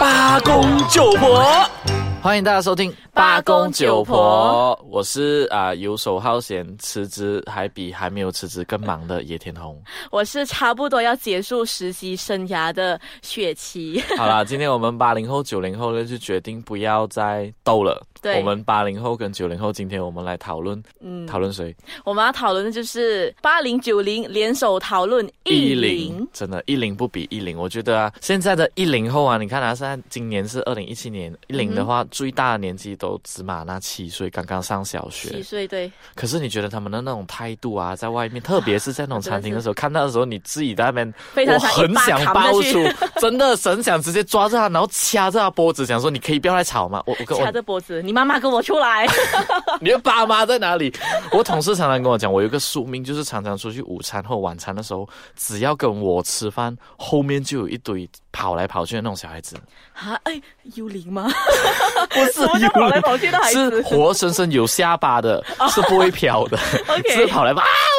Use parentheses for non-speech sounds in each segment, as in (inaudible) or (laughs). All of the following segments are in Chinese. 啊九婆。欢迎大家收听《八公九婆》，我是啊、游手好闲、辞职还比还没有辞职更忙的野田红。我是差不多要结束实习生涯的雪琪，好啦，今天我们八零后、九零后呢就决定不要再斗了。对我们八零后跟九零后，今天我们来讨论嗯，讨论谁？ (laughs) 我们要讨论的就是八零九零联手讨论一零，真的，一零不比一零。我觉得啊，现在的一零后啊，你看啊，现在今年是二零一七年，一嗯零的话、最大的年纪都只满那七岁，刚刚上小学七。岁对，可是你觉得他们的那种态度啊，在外面，特别是在那种餐厅的时候，看到的时候，你自己在那边，非常我想很一巴想扛抱下住去， (laughs) (laughs) 真的很想直接抓着他，然后掐着他脖子，想说你可以不要来吵吗？我我跟 (laughs) 掐我着脖子，你妈妈跟我 (laughs) 出来，你的爸妈在哪里？我同事常常跟我讲，我有一个宿命，就是常常出去午餐或晚餐的时候，只要跟我吃饭，后面就有一堆跑来跑去的那种小孩 (laughs) 子，啊，哎，幽灵吗？不是 (laughs) 怎么就跑来跑去的孩是子活生生有下巴的，是不会飘的， (laughs) ？OK，是跑来吧。啊啊啊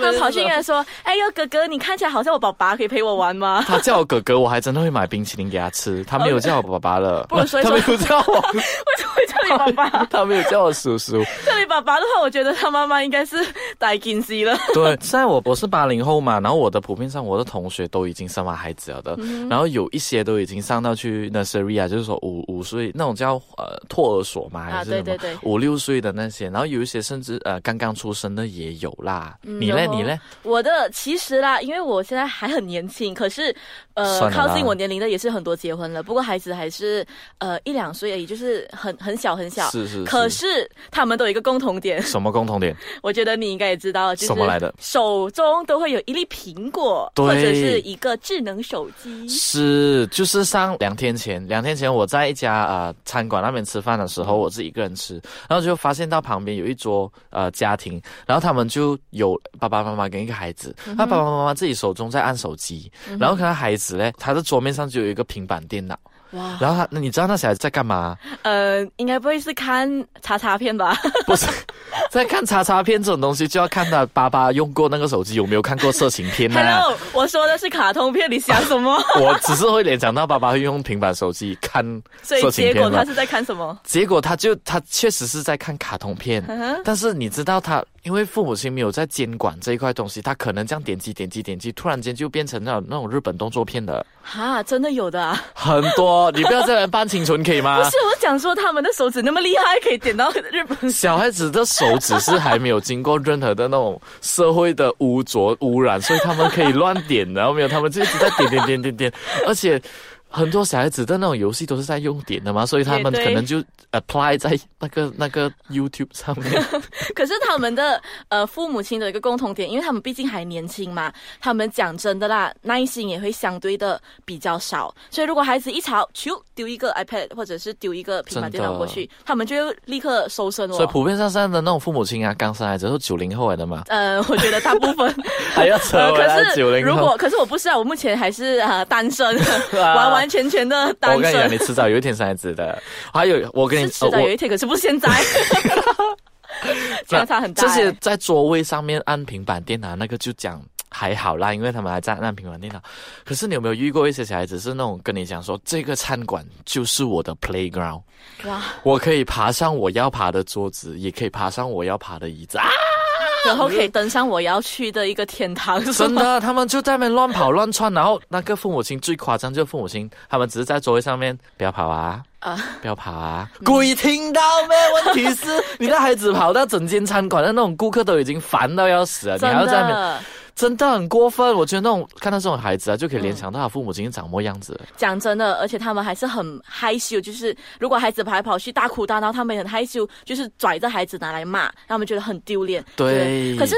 他跑去跟他说：“哎呦，哥哥，你看起来好像我爸爸，可以陪我玩吗 (laughs) 他叫我哥哥，我还真的会买冰淇淋给他吃。他没有叫我爸爸了，不如说一他说没有叫我，？”为什么会叫你 (laughs) 爸爸？他没有叫我叔叔。叫你爸爸的话，我觉得他妈妈应该是大近视了。 (laughs) 对，现在我我是八零后嘛，然后我的普遍上我的同学都已经生完孩子了的，嗯然后有一些都已经上到去 nursery 啊，就是说五五岁那种叫呃托儿所嘛，还是什么、啊对对对五六岁的那些，然后有一些甚至呃刚刚出生的也有啦。你嘞然后你嘞，我的其实啦，因为我现在还很年轻，可是呃，算了啦靠近我年龄的也是很多结婚了，不过孩子还是呃一两岁而已，就是很很小很小。是是是，可是他们都有一个共同点， (laughs) 什么共同点？我觉得你应该也知道，就是什么来的手中都会有一粒苹果，对或者是一个智能手机。是，就是上两天前，两天前我在一家呃餐馆那边吃饭的时候，我自己一个人吃，然后就发现到旁边有一桌呃家庭，然后他们就有爸爸妈妈跟一个孩子，嗯他爸爸妈妈自己手中在按手机，然后可能孩子嘞，他的桌面上就有一个平板电脑，哇，然后他，那你知道那小孩子在干嘛？ (laughs) 呃，应该不会是看查查片吧？ (laughs) 不是在看叉叉片这种东西，就要看他爸爸用过那个手机有没有看过色情片呢、 Hello，我说的是卡通片，你想什么？我只是会联想到爸爸会用平板手机看所 (laughs) 色以情片结果嘛他是在看什么？结果他就他确实是在看卡通片，嗯但是你知道他，因为父母亲没有在监管这一块东西，他可能这样点击点击点击，突然间就变成那种那种日本动作片的哈，真的有的啊！很 (laughs) 多。你不要再来扮清纯可以吗不？是，我想说他们的手指那么厉害，可以点到日本。 (laughs) 小孩子的手指是还没有经过任何的那种社会的污浊污染，所以他们可以乱点，然后没有，他们就一直在点点点点点，而且。很多小孩子的那种游戏都是在用点的嘛，所以他们也对可能就 apply 在那个那个 YouTube 上面。可是他们的呃父母亲的一个共同点，因为他们毕竟还年轻嘛，他们讲真的啦，耐心也会相对的比较少。所以如果孩子一吵，咻丢一个 iPad 或者是丢一个平板电脑过去，他们就会立刻收身所以哦。，普遍上现在的那种父母亲啊，刚生孩子都九零后来的嘛 (laughs) 呃，我觉得大部 (laughs) 分，还要扯呃回来可是九零如后果。可是我不是啊，我目前还是呃单身，完完全全的单我跟你讲，身你。迟早有一天生孩子的。还有，我跟你是迟早有一天，可是不是现在。 (laughs) 相差很大、这些欸在座位上面按平板电脑那个就讲还好啦，因为他们还在按平板电脑。可是你有没有遇过一些小孩子是那种跟你讲说，这个餐馆就是我的 playground，欸哇，我可以爬上我要爬的桌子，也可以爬上我要爬的椅子啊！ (laughs) 然后可以登上我要去的一个天堂， (laughs) 是真吗？的，他们就在那边乱跑乱窜，然后那个父母亲最夸张，就是父母亲他们只是在座位上面不要跑啊。啊不要跑啊！鬼听到没？问题是你的孩子跑到整间餐馆的那种顾客都已经烦到要死了，啊你真还要在那边，的，真的很过分。我觉得那种看到这种孩子啊，就可以联想到他父母亲是长什么样子。讲真的，而且他们还是很害羞，就是如果孩子跑来跑去大哭大闹，他们也很害羞，就是拽着孩子拿来骂，让他们觉得很丢脸。对可是。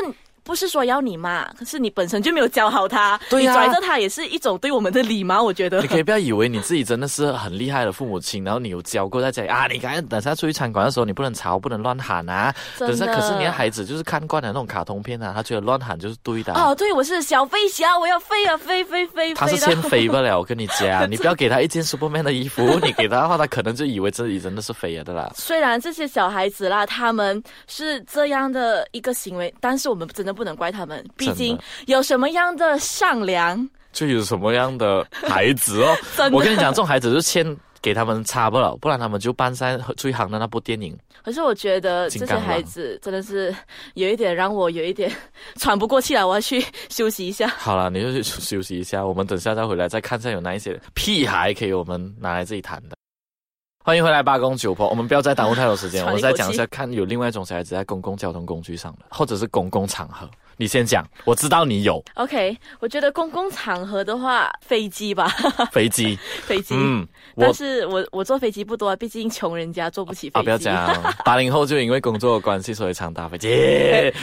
不是说要你骂，可是你本身就没有教好他，对呀你拽着他也是一种对我们的礼貌，我觉得 (laughs) 你。可以不要以为你自己真的是很厉害的父母亲，然后你有教过在家里啊，你赶紧等下出去餐馆的时候，你不能吵，不能乱喊啊。真等的下，可是你的孩子就是看惯了那种卡通片啊，他觉得乱喊就是对的啊。哦，对，我是小飞侠，我要飞啊飞飞飞他飞是到先飞不了，我跟你讲，你不要给他一件 Superman 的衣服，你给他的话，他可能就以为自己真的是飞了的啦。虽然这些小孩子啦，他们是这样的一个行为，但是我们真的不能怪他们，毕竟有什么样的善良，就有什么样的孩子哦 (laughs) 真？的我跟你讲，这种孩子就欠给他们插不了，不然他们就搬上最行的那部电影。可是我觉得这金些刚啊孩狼子真的是有一点让我有一点喘不过气来，我要去休息一下。 (laughs) 好了，你就去休息一下，我们等下再回来再看一下有哪一些屁孩可以我们拿来这里谈的。欢迎回来八公九婆，我们不要再耽误太多时间，我喘一们口再讲一下，看有另外一种小孩子在公共交通工具上的，或者是公共场合。你先讲，我知道你有 OK，我觉得公共场合的话，飞机吧， (laughs) 飞机，飞机。嗯，我但是我我坐飞机不多啊，毕竟穷人家坐不起飞机。啊不要讲，八零后就因为工作的关系，所以常搭飞 (laughs) 机。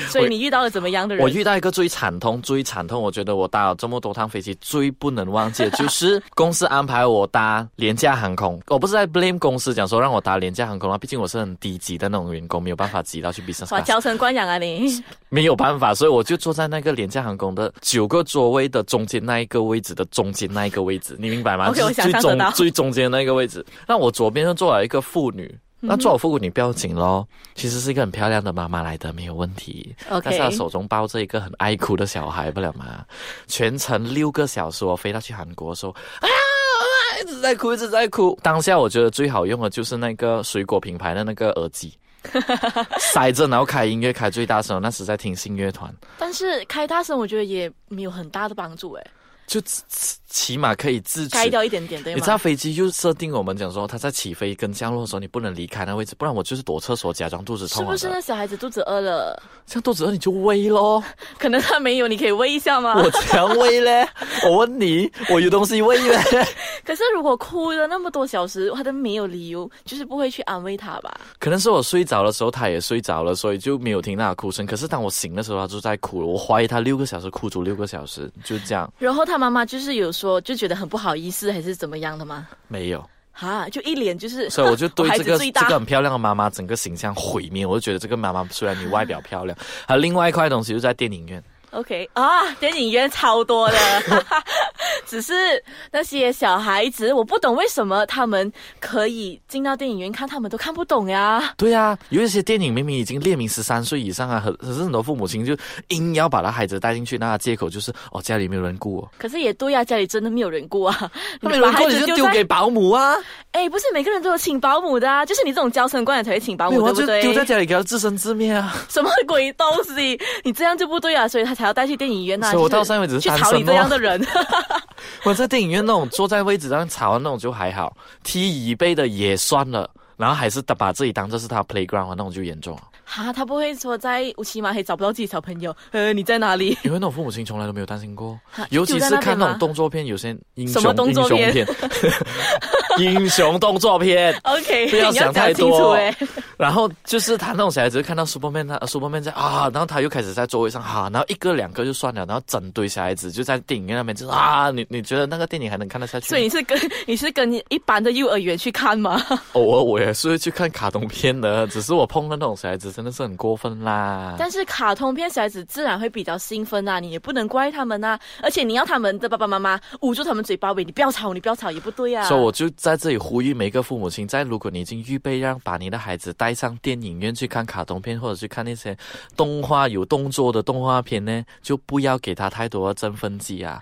所以你遇到了怎么样的人？我遇到一个最惨痛、最惨痛，我觉得我搭了这么多趟飞机，最不能忘 (laughs) 记的就是公司安排我搭廉价航空。我不是在 blame 公司讲说让我搭廉价航空啊，毕竟我是很低级的那种员工，没有办法挤到去 business 哇， class，娇生惯养啊你！没有办法，所以我就坐在那个廉价航空的九个座位的中间那一个位置的中间那一个位置，你明白吗 (laughs) OK，就是我想象最中得到最中间的那个位置。那我左边就坐了一个妇女。嗯那坐我妇女不要紧咯，其实是一个很漂亮的妈妈来的，没有问题。 OK 但是她手中抱着一个很爱哭的小孩，不了嘛。全程六个小时，我飞到去韩国的时候，啊，一直在哭，一直在哭。当下我觉得最好用的就是那个水果品牌的那个耳 (laughs) 机，塞着，然后开音乐开最大声。那时在听信乐团，但是开大声，我觉得也没有很大的帮助哎，就起起起码可以自开持。掉一点点对你知吗道？飞机就设定我们讲说，它在起飞跟降落的时候，你不能离开那位置，不然我就是躲厕所假装肚子是痛不了是的。那小孩子肚子饿了？ (laughs) 这样肚子饿你就喂咯，可能他没有，你可以喂一下吗？我怎样喂嘞？我问你，我有东西喂嘞？ (laughs) 可是如果哭了那么多小时，他都没有理由，就是不会去安慰他吧？可能是我睡着的时候，他也睡着了，所以就没有听到他哭声。可是当我醒的时候，他就在哭了。我怀疑他六个小时哭足六个小时，就这样然后他妈妈就是有说，就觉得很不好意思，还是怎么样的吗？没有。哈，就一脸就是， (laughs) 所以啊我就对 (laughs) 孩这子个最这大个很漂亮的妈妈整个形象毁灭。我就觉得这个妈妈虽然你外表漂亮，还有另外一块东西就在电影院。 OK 啊，电影院超多的， (laughs) (laughs) 只是那些小孩子，我不懂为什么他们可以进到电影院看，他们都看不懂呀。对啊，有一些电影明明已经列明十三岁以上啊，可可是很多父母亲就硬要把他孩子带进去，那他借口就是哦家里没有人顾我，可是也对呀，家里真的没有人 (laughs) 顾啊，那没有把人顾孩你子就丢丢在给保姆啊，哎，不是每个人都有请保姆的啊，就是你这种娇生惯养才会请保没有姆，啊对不就丢在对？家里给他自生自灭啊。 (laughs) 什么鬼东西？你这样就不对啊，所以他才要带去电影院呐、啊。所以我就是到现在为止是去单吵你身这哦样的人。 (laughs) 我在电影院那种坐在位置上吵的那种就还好，踢椅背的也算了，然后还是把自己当做是他 playground 的那种就严重了，哈，他不会说在乌漆嘛黑找不到自己小朋友， (laughs) 呃，你在 (laughs) 哪里？ (laughs) 因为那种父母亲从来都没有担心过哈，尤其就在是那边看那种吗动作片，有些英什么雄动英作雄片片，英雄动作片。 (laughs) OK，不要你要想太讲清楚多哎、然后就是他那种小孩子看到 Superman，他 Superman 在啊，然后他又开始在座位上哈、然后一个两个就算了，然后整堆小孩子就在电影院那边就是啊，你你觉得那个电影还能看得下去吗？ (laughs) 所以你是跟你是跟一般的幼儿园去看吗？偶哦尔我也是会去看卡通片的，只是我碰到那种小孩子真的是很过分啦。但是卡通片小孩子自然会比较兴奋啊，你也不能怪他们呐、而且你要他们的爸爸妈妈捂住他们嘴巴尾，你不要吵，你不要吵也不对啊。所以我就在这里呼吁每一个父母亲，在如果你已经预备让把你的孩子带上电影院去看卡通片，或者去看那些动画有动作的动画片呢，就不要给他太多的振奋剂 (laughs) 啊，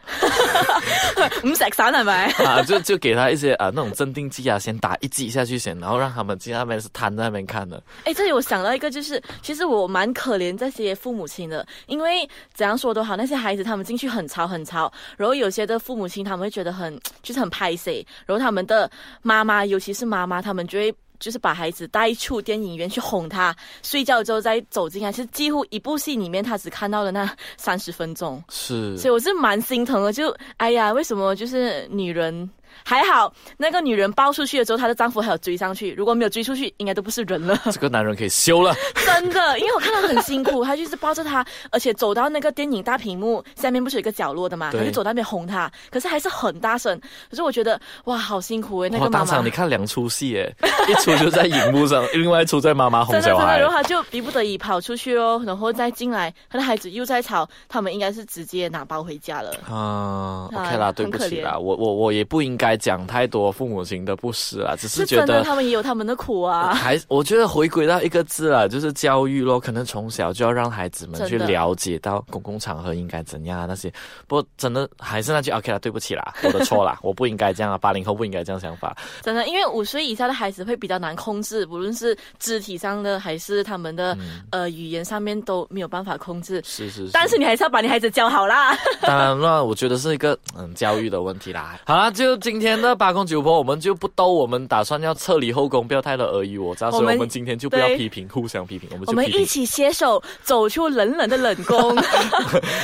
唔食散 (laughs) 系咪？啊，就就给他一些啊那种镇定剂啊，先打一剂下去先，然后让他们去那边是瘫在那边看的。哎，这里我想到一个，就是其实我蛮可怜这些父母亲的，因为怎样说都好，那些孩子他们进去很吵很吵，然后有些的父母亲他们会觉得很就是很拍谁，然后他们的妈妈，尤其是妈妈，他们就会。就是把孩子带出电影院去哄他，睡觉之后再走进来，其实几乎一部戏里面他只看到了那三十分钟。是，所以我是蛮心疼的，就哎呀，为什么就是女人还好，那个女人抱出去的时候，她的丈夫还有追上去，如果没有追出去，应该都不是 (laughs) 人了，这个男人可以休了。真的，因为我看她很辛苦，她就是抱着她，而且走到那个电影大屏幕下面不是有一个角落的嘛，对她就走到那边哄她，可是还是很大声，可是我觉得哇，好辛苦哎、那哇，个妈当妈场你。看两出戏诶，一出就在荧幕 (laughs) 上，另外一出在妈妈哄真的小真孩。的，然后她就逼不得已跑出去哦，然后再进来，她的孩子又在吵，他们应该是直接拿包回家了。啊、o 啊 k 啦，对很不可起怜啦，我我我也不应该讲太多父母亲的不是啊，只是是觉真的，得他们也有他们的苦啊。 (laughs) 还我觉得回归到一个字啊，就是教育咯，可能从小就要让孩子们真去的了解到公共场合应该怎样啊那些。不过真的还是那句 OK 啦，对不起啦，我的错啦，我不应该这样啊，八零后不应该这样想法。真的，因为五岁以下的孩子会比较难控制，不论是肢体上的还是他们的、呃语言上面都没有办法控制。嗯是是是， (laughs) 但是你还是要把你孩子教好啦。当然了，我觉得是一个嗯教育的问题啦。好啦，就今天的八公九婆，我们就不兜，我们打算要撤离后宫，不要太多尔虞我诈，所以我们我们今天就不要对批评，互相批评，我们 (laughs) 我就们批一评。起携手走出冷冷的冷 (laughs) 宫。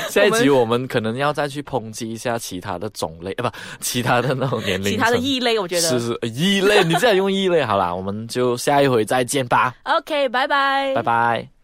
下一集我们可能要再去抨击一下其他的种类，啊不，其他的那种年龄层，其他的异类，我觉是得。是呃异类，你这样用异类好啦，我们就下一回再见吧， OK，拜拜。拜拜。